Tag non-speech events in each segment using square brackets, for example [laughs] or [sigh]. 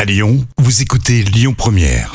À Lyon, vous écoutez Lyon Première.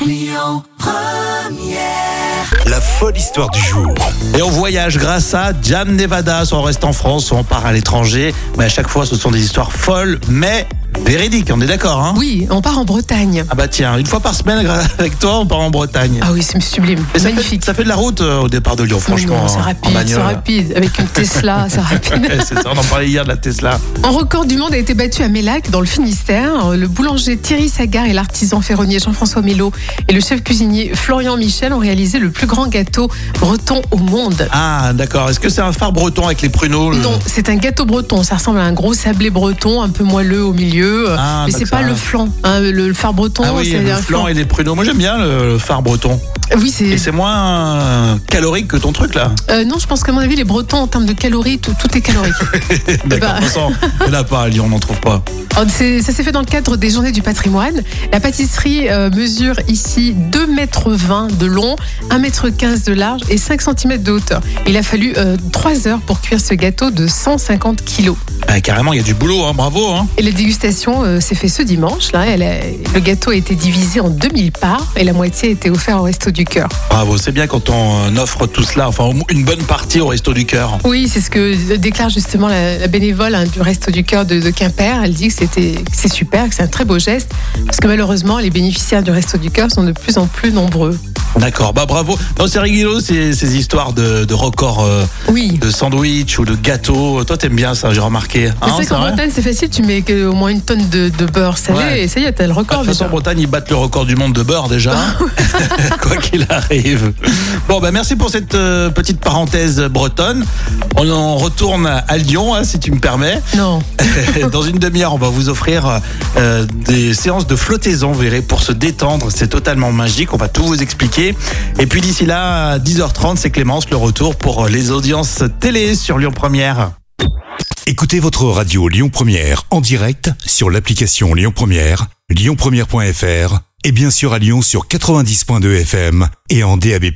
La folle histoire du jour. Et on voyage grâce à Jam Nevada. Soit on reste en France, soit on part à l'étranger. Mais à chaque fois, ce sont des histoires folles, mais véridiques. On est d'accord, hein Oui, on part en Bretagne. Ah bah tiens, une fois par semaine, gra- [laughs] avec toi, on part en Bretagne. Ah oui, c'est sublime, Et ça, fait, magnifique. ça fait de la route euh, au départ de Lyon, franchement. Non, c'est hein, en rapide, c'est bagnole. rapide. Avec une Tesla, [laughs] c'est rapide. Ouais, c'est ça, on en parlait hier de la Tesla. Un record du monde a été battu à Mélac, dans le Finistère. Le boulanger Thierry Sagar et l'artisan ferronnier Jean-François Mello et le chef cuisinier Florian Michel ont réalisé le plus grand gâteau breton au monde. Ah d'accord, est-ce que c'est un phare breton avec les pruneaux le- Non, c'est un gâteau breton. Ça ressemble à un gros sablé breton, un peu moelleux au milieu. Ah, mais donc c'est ça- pas le flan. hein. le phare breton, Ah oui, c'est le un flan et les pruneaux. Moi j'aime bien le le phare breton. Oui, c'est Et c'est moins euh, calorique que ton truc [laughs] là. Euh, non, je pense qu'à mon avis, les Bretons, en termes de calories, tout, tout est calorique. D'accord, bah. on s'en- on n'a pas à Lyon, on n'en trouve pas. Alors, Oh, c'est- ça s'est fait dans le cadre des Journées du patrimoine. La pâtisserie euh, mesure ici 2,20 m de long, 1,15 m de large et 5 cm de hauteur. Il a fallu 3 heures pour cuire ce gâteau de 150 kg. Ah, carrément, il y a du boulot, hein, bravo. Hein. Et la dégustation euh, s'est fait ce dimanche. Là. Elle a- le gâteau a été divisé en 2000 parts et la moitié a été offerte au Resto du Cœur. Bravo, c'est bien quand on euh, offre tout cela, enfin au moins une bonne partie au resto du cœur. Oui, c'est ce que euh, déclare justement la, la bénévole hein, du Resto du Cœur de, de Quimper. Elle dit que c'était, que c'est super, que c'est un très beau geste, parce que malheureusement, les bénéficiaires du Resto du Cœur sont de plus en plus nombreux. D'accord, bah bravo. Non, c'est rigolo ces, ces histoires de, de records euh, Oui. de sandwich ou de gâteaux. Toi, t'aimes bien ça, j'ai remarqué. Mais Hein, c'est vrai qu'en vrai Bretagne, c'est facile, tu mets que- au moins une tonne de, de beurre salé Ouais. et ça y est, t'as le Bah, de record. toute façon, en déjà. Bretagne, ils battent le record du monde de beurre déjà, hein. [laughs] [laughs] quoi qu'il arrive. Bon, bah, merci pour cette euh, petite parenthèse bretonne. On en retourne à- à Lyon, hein, si tu me permets. Non. [laughs] Dans une demi-heure, on va vous offrir euh, des séances de flottaison, vous verrez, pour se détendre. C'est totalement magique, on va tout vous expliquer. Et puis d'ici là, à 10h30, c'est Clémence, le retour pour les audiences télé sur Lyon Première. Écoutez votre radio Lyon Première en direct sur l'application Lyon Première, lyonpremière.fr et bien sûr à Lyon sur 90.2 FM et en DAB+.